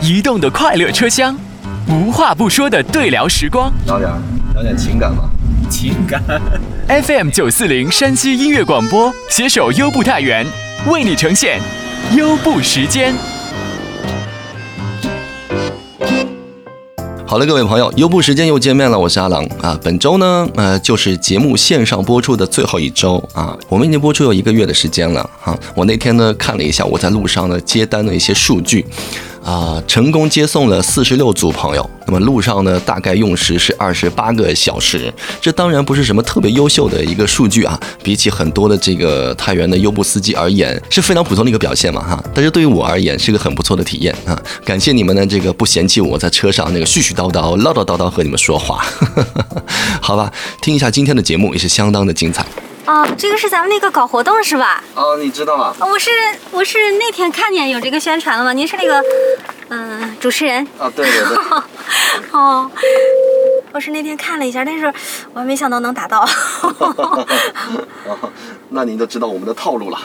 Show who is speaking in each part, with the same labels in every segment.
Speaker 1: 移动的快乐车厢，无话不说的对聊时光。
Speaker 2: 聊点儿聊点情感吧。
Speaker 3: 情感
Speaker 1: FM 九四零山西音乐广播携手优步太原，为你呈现优步时间。
Speaker 2: 好了，各位朋友，优步时间又见面了，我是阿郎啊。本周呢，呃，就是节目线上播出的最后一周啊，我们已经播出有一个月的时间了啊。我那天呢看了一下我在路上呢接单的一些数据，啊，成功接送了四十六组朋友。那么路上呢，大概用时是二十八个小时。这当然不是什么特别优秀的一个数据啊，比起很多的这个太原的优步司机而言，是非常普通的一个表现嘛哈。但是对于我而言，是一个很不错的体验啊。感谢你们呢，这个不嫌弃我在车上那个絮絮叨叨、唠唠叨叨和你们说话， 好吧？听一下今天的节目也是相当的精彩。
Speaker 4: 哦，这个是咱们那个搞活动是吧？
Speaker 2: 哦，你知道吗？
Speaker 4: 哦我是我是那天看见有这个宣传了吗？您是那个，嗯、主持人
Speaker 2: 啊，对对对。
Speaker 4: 哦。我是那天看了一下，但是我还没想到能打到。
Speaker 2: 哦， 那您就知道我们的套路了。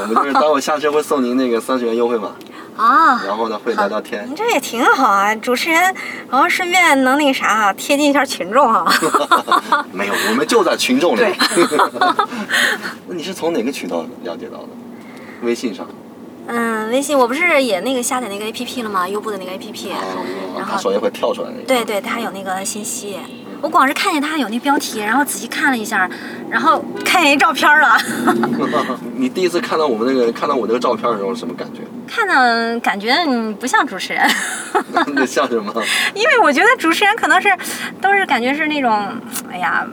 Speaker 2: 我们就是待会下车会送您那个三十元优惠码，
Speaker 4: 啊，
Speaker 2: 然后呢会聊聊天
Speaker 4: 您。这也挺好啊，主持人，然后顺便能那啥啊，贴近一下群众 啊。
Speaker 2: 没有，我们就在群众里
Speaker 4: 对。
Speaker 2: 那你是从哪个渠道了解到的？微信上。
Speaker 4: 嗯，微信我不是也那个下载那个 APP 了吗？优步的那个 APP，然
Speaker 2: 啊他
Speaker 4: 后
Speaker 2: 首页会跳出来那个。
Speaker 4: 对对，它有那个信息。我光是看见它有那标题，然后仔细看了一下，然后看见一照片了，
Speaker 2: 你第一次看到我们那个看到我这个照片的时候是什么感觉？
Speaker 4: 看到感觉嗯不像主持人，
Speaker 2: 那像什么？
Speaker 4: 因为我觉得主持人可能是都是感觉是那种，哎呀，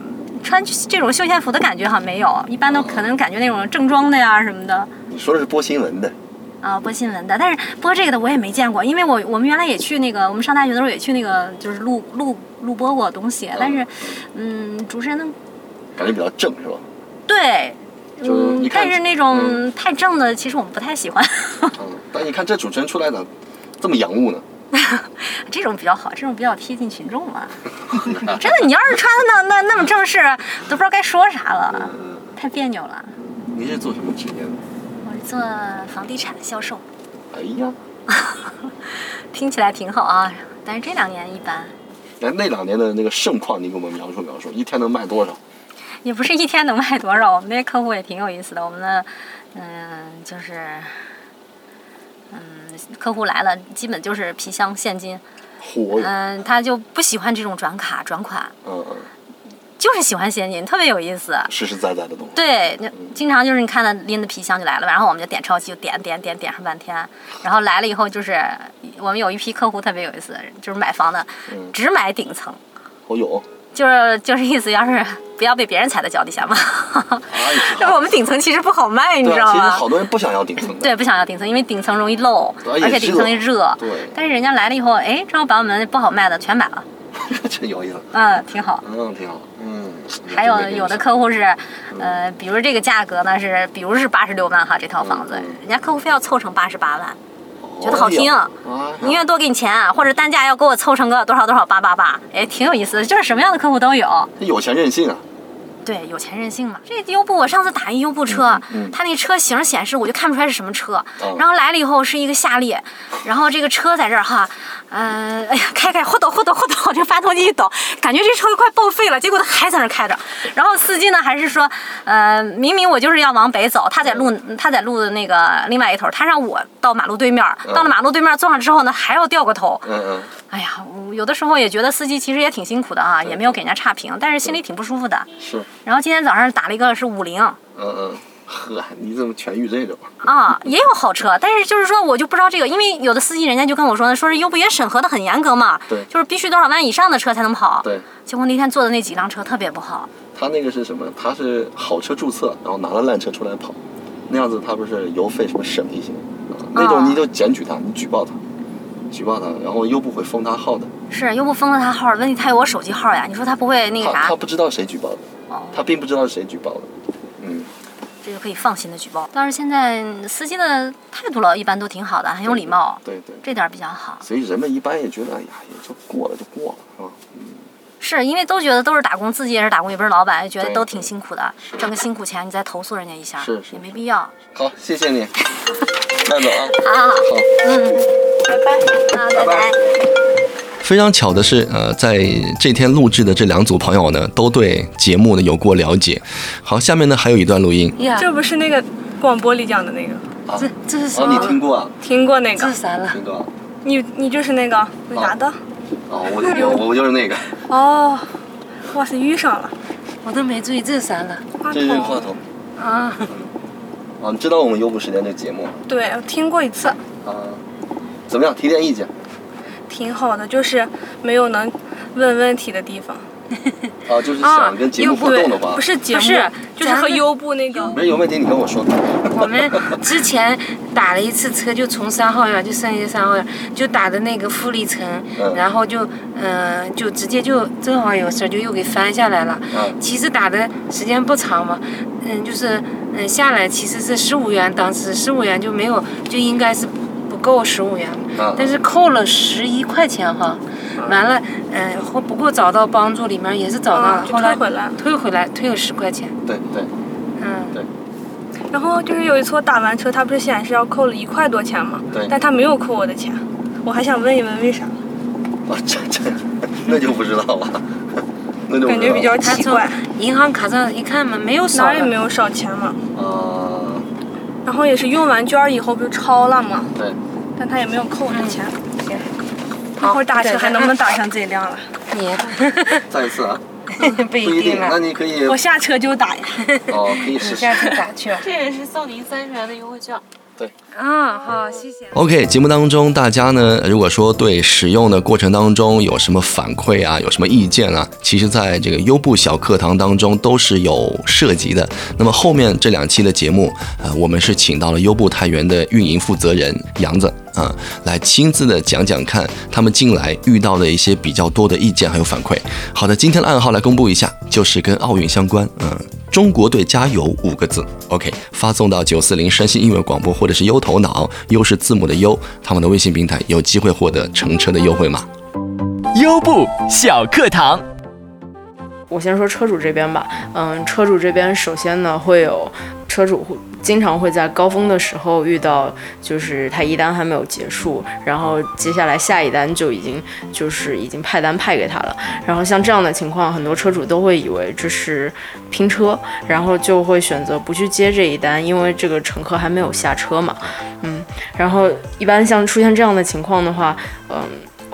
Speaker 4: 穿这种休闲服的感觉好像没有，一般都可能感觉那种正装的呀什么的。
Speaker 2: 你说的是播新闻的，
Speaker 4: 啊，播新闻的，但是播这个的我也没见过，因为我我们原来也去那个，我们上大学的时候也去那个，就是录录录播过东西，但是，嗯，主持人的
Speaker 2: 感觉比较正是 吧？
Speaker 4: 对，
Speaker 2: 就是一
Speaker 4: 嗯，
Speaker 2: 看
Speaker 4: 但是那种太正的，其实我们不太喜欢，
Speaker 2: 嗯，但你看这主持人出来咋这么洋务呢？
Speaker 4: 这种比较好，这种比较贴近群众嘛。真的，你要是穿的那那那么正式，都不知道该说啥了，
Speaker 2: 嗯，
Speaker 4: 太别扭了。
Speaker 2: 您是做什么职业的？
Speaker 4: 我是做房地产销售，
Speaker 2: 哎呀，
Speaker 4: 听起来挺好啊，但是这两年一般。
Speaker 2: 那那两年的那个盛况，你给我们描述描述，一天能卖多少？
Speaker 4: 也不是一天能卖多少，我们那客户也挺有意思的。我们的，嗯、就是，嗯，客户来了，基本就是皮箱现金，
Speaker 2: 嚯哟！
Speaker 4: 嗯、他就不喜欢这种转卡转款，
Speaker 2: 嗯嗯，
Speaker 4: 就是喜欢现金，特别有意思。
Speaker 2: 实实在在的东西。
Speaker 4: 对，那经常就是你看他拎着皮箱就来了，然后我们就点钞机，就点点点点上半天，然后来了以后就是我们有一批客户特别有意思，就是买房的
Speaker 2: 嗯，
Speaker 4: 只买顶层，
Speaker 2: 哦哟，
Speaker 4: 就是就是意思要是不要被别人踩到脚底下嘛。
Speaker 2: 哎
Speaker 4: 但是
Speaker 2: 呀，
Speaker 4: 我们顶层其实不好卖，你
Speaker 2: 对
Speaker 4: 知道
Speaker 2: 啊，其实
Speaker 4: 吗？
Speaker 2: 好多人不想要顶层的。
Speaker 4: 对，不想要顶层，因为顶层容易漏，
Speaker 2: 而且
Speaker 4: 而且顶层热。
Speaker 2: 对
Speaker 4: 但是人家来了以后，哎，正好把我们不好卖的全买了，
Speaker 2: 这有意思，
Speaker 4: 嗯，挺好。
Speaker 2: 嗯，挺好，嗯。
Speaker 4: 还有有的客户是，呃，比如这个价格呢是，比如是八十六万哈，这套房子，
Speaker 2: 嗯嗯
Speaker 4: 人家客户非要凑成八十八万，
Speaker 2: 户
Speaker 4: 觉得好听
Speaker 2: 啊，
Speaker 4: 宁愿多给你钱啊，或者单价要给我凑成个多少多少八八八，哎，挺有意思的，就是什么样的客户都有。
Speaker 2: 这有钱任性啊，
Speaker 4: 对，有钱任性嘛。这优步，我上次打一优步车，
Speaker 2: 嗯嗯
Speaker 4: 它那车型显示我就看不出来是什么车，
Speaker 2: 哦
Speaker 4: 然后来了以后是一个夏利，然后这个车在这儿哈，嗯、哎呀，开开晃抖晃抖晃抖，这发动机一抖，感觉这车都快报废了，结果它还在那儿开着。然后司机呢还是说，呃，明明我就是要往北走，他在路
Speaker 2: 嗯
Speaker 4: 他在路的那个另外一头，他让我到马路对面，到了马路对面坐上之后呢，还要掉个头。
Speaker 2: 嗯嗯，
Speaker 4: 哎呀，我有的时候也觉得司机其实也挺辛苦的啊，也没有给人家差评，但是心里挺不舒服的。
Speaker 2: 是，
Speaker 4: 然后今天早上打了一个是五菱
Speaker 2: 嗯嗯，呵，你怎么全遇这种？
Speaker 4: 啊，也有好车，但是就是说我就不知道这个，因为有的司机人家就跟我说呢，说是优步也审核的很严格嘛，
Speaker 2: 对
Speaker 4: 就是必须多少万以上的车才能跑。
Speaker 2: 对
Speaker 4: 结果那天坐的那几辆车特别不好，
Speaker 2: 他那个是什么？他是好车注册，然后拿了烂车出来跑，那样子他不是油费什么省一些啊？那种你就检举他，你举报他，举报他，然后又不会封他号的，
Speaker 4: 是优步封了他号，问题他有我手机号呀，你说他不会那个
Speaker 2: 他
Speaker 4: 啥
Speaker 2: 他，不知道谁举报的，
Speaker 4: 哦，
Speaker 2: 他并不知道是谁举报的，嗯，
Speaker 4: 这就可以放心的举报。但是现在司机的态度了，一般都挺好的，很有礼貌，
Speaker 2: 对对。
Speaker 4: 这点儿比较好。
Speaker 2: 所以人们一般也觉得，哎呀，也就过了就过了，是吧？
Speaker 4: 是因为都觉得都是打工，自己也是打工，也不是老板，也觉得
Speaker 2: 对
Speaker 4: 都
Speaker 2: 对
Speaker 4: 挺辛苦的，挣个辛苦钱你再投诉人家一下
Speaker 2: 是是
Speaker 4: 也没必要。
Speaker 2: 好，谢谢你，带走啊。
Speaker 4: 好好好，
Speaker 2: 好，
Speaker 4: 嗯。啊，拜拜。
Speaker 2: 非常巧的是，呃，在这天录制的这两组朋友呢，都对节目呢有过了解。好，下面呢还有一段录音。
Speaker 4: 呀，
Speaker 3: 这不是那个广播里讲的那个，
Speaker 4: 这这是什
Speaker 2: 哦，
Speaker 4: 么？
Speaker 2: 你听过啊？
Speaker 3: 听过那
Speaker 4: 这
Speaker 3: 个
Speaker 4: 是，啥了？
Speaker 2: 听过啊。
Speaker 3: 你你就是那个有啥的？
Speaker 2: 哦，我有，我我就是那个，
Speaker 3: 哦，哇塞，遇上了，
Speaker 4: 我都没注意，这是啥了？
Speaker 3: 话
Speaker 2: 这是
Speaker 3: 筒
Speaker 2: 话。筒。
Speaker 4: 啊，
Speaker 2: 啊，你知道我们优步时间这节目
Speaker 3: 对，我听过一次，
Speaker 2: 啊？怎么样？提点意见
Speaker 3: 挺好的，就是没有能问问题的地方。
Speaker 2: 啊？就是
Speaker 4: 啊
Speaker 2: 想跟节目
Speaker 4: 优步
Speaker 2: 互
Speaker 3: 对
Speaker 2: 动的，话
Speaker 3: 不，是节目，
Speaker 4: 不是
Speaker 3: 就是和优步那个。
Speaker 2: 没有问题，你跟我说。
Speaker 4: 我们之前打了一次车，就从三号院，就胜利三号院，就打的那个富力城，
Speaker 2: 嗯
Speaker 4: 然后就嗯、呃就直接就正好有事儿，就又给翻下来了。
Speaker 2: 嗯
Speaker 4: 其实打的时间不长嘛，嗯，就是嗯下来其实是十五元，当时十五元就没有，就应该是不够十五元，
Speaker 2: 嗯
Speaker 4: 但是扣了十一块钱哈。完了，嗯、后不过找到帮助里面也是找到了，
Speaker 2: 啊
Speaker 3: 嗯就
Speaker 4: 后来
Speaker 3: 退回来了
Speaker 4: 退回来退了十块钱，
Speaker 2: 对对，
Speaker 4: 嗯，
Speaker 3: 然后就是有一次我打完车，它不是显示要扣了一块多钱吗？
Speaker 2: 对
Speaker 3: 但它没有扣我的钱，我还想问一问为啥，
Speaker 2: 啊，这这那就不知道了， 那就不知道了
Speaker 3: 感觉比较
Speaker 4: 他
Speaker 3: 奇
Speaker 4: 从
Speaker 3: 怪，
Speaker 4: 银行卡上一看嘛，没有少
Speaker 3: 哪儿也
Speaker 4: 了
Speaker 3: 没有少钱嘛。
Speaker 2: 啊，
Speaker 3: 然后也是用完券儿以后不就超了吗？
Speaker 2: 对，
Speaker 3: 但他也没有扣我的钱。
Speaker 4: 行哦
Speaker 3: 一会儿打车还能不能
Speaker 4: 打
Speaker 3: 打上这一辆了？
Speaker 4: 你？
Speaker 2: 再一次啊，
Speaker 4: 不
Speaker 2: 不一
Speaker 4: 一
Speaker 2: 定，
Speaker 4: 定
Speaker 2: 那
Speaker 4: 了，
Speaker 2: 你可以
Speaker 3: 我下车就打呀。
Speaker 2: 哦，可以
Speaker 4: 你
Speaker 2: 试试
Speaker 4: 下。次打去吧。
Speaker 5: 这也是送您三十元的优惠券。
Speaker 4: 啊，好，谢谢。
Speaker 2: OK，节目当中大家呢，如果说对使用的过程当中有什么反馈啊，有什么意见啊，其实在这个优步小课堂当中都是有涉及的。那么后面这两期的节目，呃，我们是请到了优步太原的运营负责人杨子啊、来亲自的讲讲看他们近来遇到的一些比较多的意见还有反馈。好的，今天的暗号来公布一下，就是跟奥运相关，嗯、中国队加油五个字，OK，发送到九四零山西音乐广播或者是优头脑，优是字母的优，他们的微信平台有机会获得乘车的优惠码。
Speaker 1: 优步小课堂。
Speaker 6: 我先说车主这边吧，嗯，车主这边首先呢会有车主会经常会在高峰的时候遇到，就是他一单还没有结束，然后接下来下一单就已经就是已经派单派给他了，然后像这样的情况，很多车主都会以为这是拼车，然后就会选择不去接这一单，因为这个乘客还没有下车嘛，嗯，然后一般像出现这样的情况的话，嗯。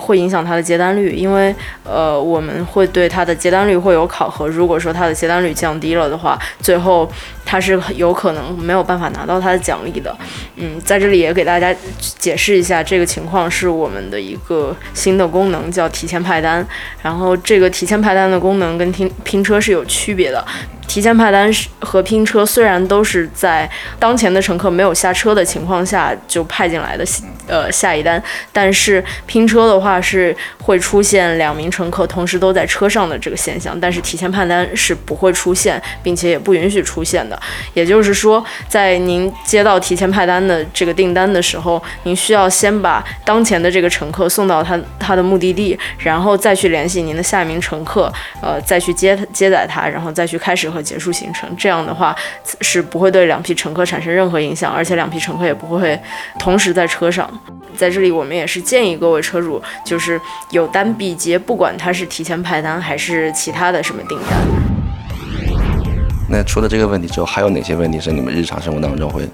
Speaker 6: 会影响他的接单率，因为呃，我们会对他的接单率会有考核。如果说他的接单率降低了的话，最后他是有可能没有办法拿到他的奖励的。嗯，在这里也给大家解释一下，这个情况是我们的一个新的功能，叫提前派单。然后这个提前派单的功能跟拼拼车是有区别的。提前派单是和拼车虽然都是在当前的乘客没有下车的情况下就派进来的呃下一单，但是拼车的话是会出现两名乘客同时都在车上的这个现象，但是提前派单是不会出现，并且也不允许出现的。也就是说，在您接到提前派单的这个订单的时候，您需要先把当前的这个乘客送到他他的目的地，然后再去联系您的下一名乘客，呃，再去接他接载他，然后再去开始和结束行程。这样的话是不会对两批乘客产生任何影响，而且两批乘客也不会同时在车上。在这里，我们也是建议各位车主，就是有单必接，不管他是提前派单还是其他的什么订单。
Speaker 2: 那除了这个问题之后，还有哪些问题是你们日常生活当中会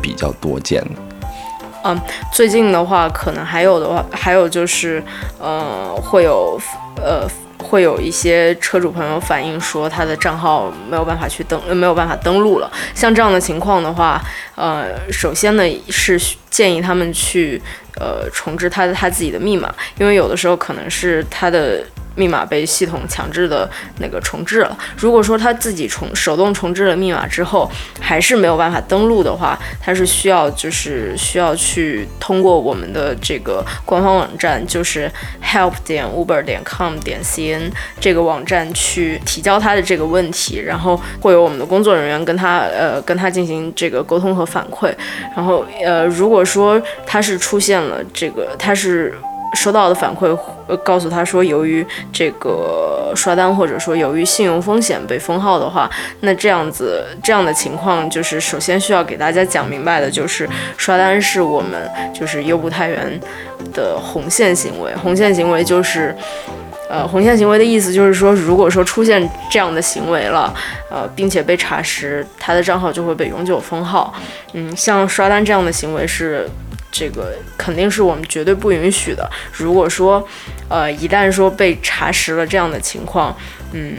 Speaker 2: 比较多见的？
Speaker 6: 最近的话，可能还有的话，还有就是，呃，会有呃。会有一些车主朋友反映说，他的账号没有办法去登，呃没有办法登录了。像这样的情况的话，呃，首先呢是建议他们去呃重置他的他自己的密码，因为有的时候可能是他的密码被系统强制的那个重置了。如果说他自己重手动重置了密码之后，还是没有办法登录的话，它是需要就是需要去通过我们的这个官方网站，就是 help 点 uber 点 com 点 cn 这个网站去提交他的这个问题，然后会有我们的工作人员跟他呃跟他进行这个沟通和反馈。然后呃，如果说他是出现了这个，他是收到的反馈呃告诉他说，由于这个刷单或者说由于信用风险被封号的话，那这样子这样的情况，就是首先需要给大家讲明白的，就是刷单是我们就是优步太原的红线行为，红线行为就是。呃，红线行为的意思就是说，如果说出现这样的行为了，呃，并且被查实，他的账号就会被永久封号。嗯，像刷单这样的行为是这个肯定是我们绝对不允许的。如果说，呃，一旦说被查实了这样的情况，嗯，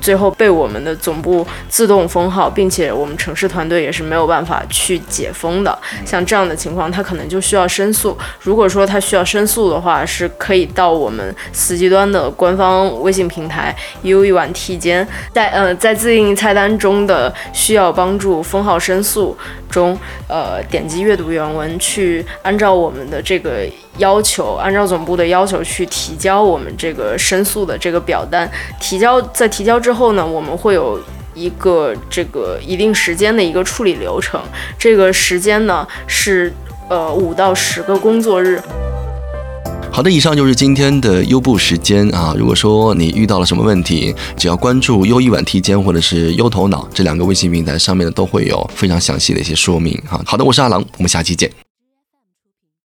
Speaker 6: 最后被我们的总部自动封号，并且我们城市团队也是没有办法去解封的。像这样的情况，他可能就需要申诉。如果说他需要申诉的话，是可以到我们司机端的官方微信平台 “u 一晚 T 间”，在呃在自定义菜单中的需要帮助封号申诉中，呃点击阅读原文去按照我们的这个要求，按照总部的要求去提交我们这个申诉的这个表单。提交在提交之后呢，我们会有。一个这个一定时间的一个处理流程，这个时间呢是呃五到十个工作日。
Speaker 2: 好的，以上就是今天的优步时间啊。如果说你遇到了什么问题，只要关注“优一晚提间”或者是“优啊头脑”这两个微信平台上面的，都会有非常详细的一些说明哈。好的，我是阿郎，我们下期见。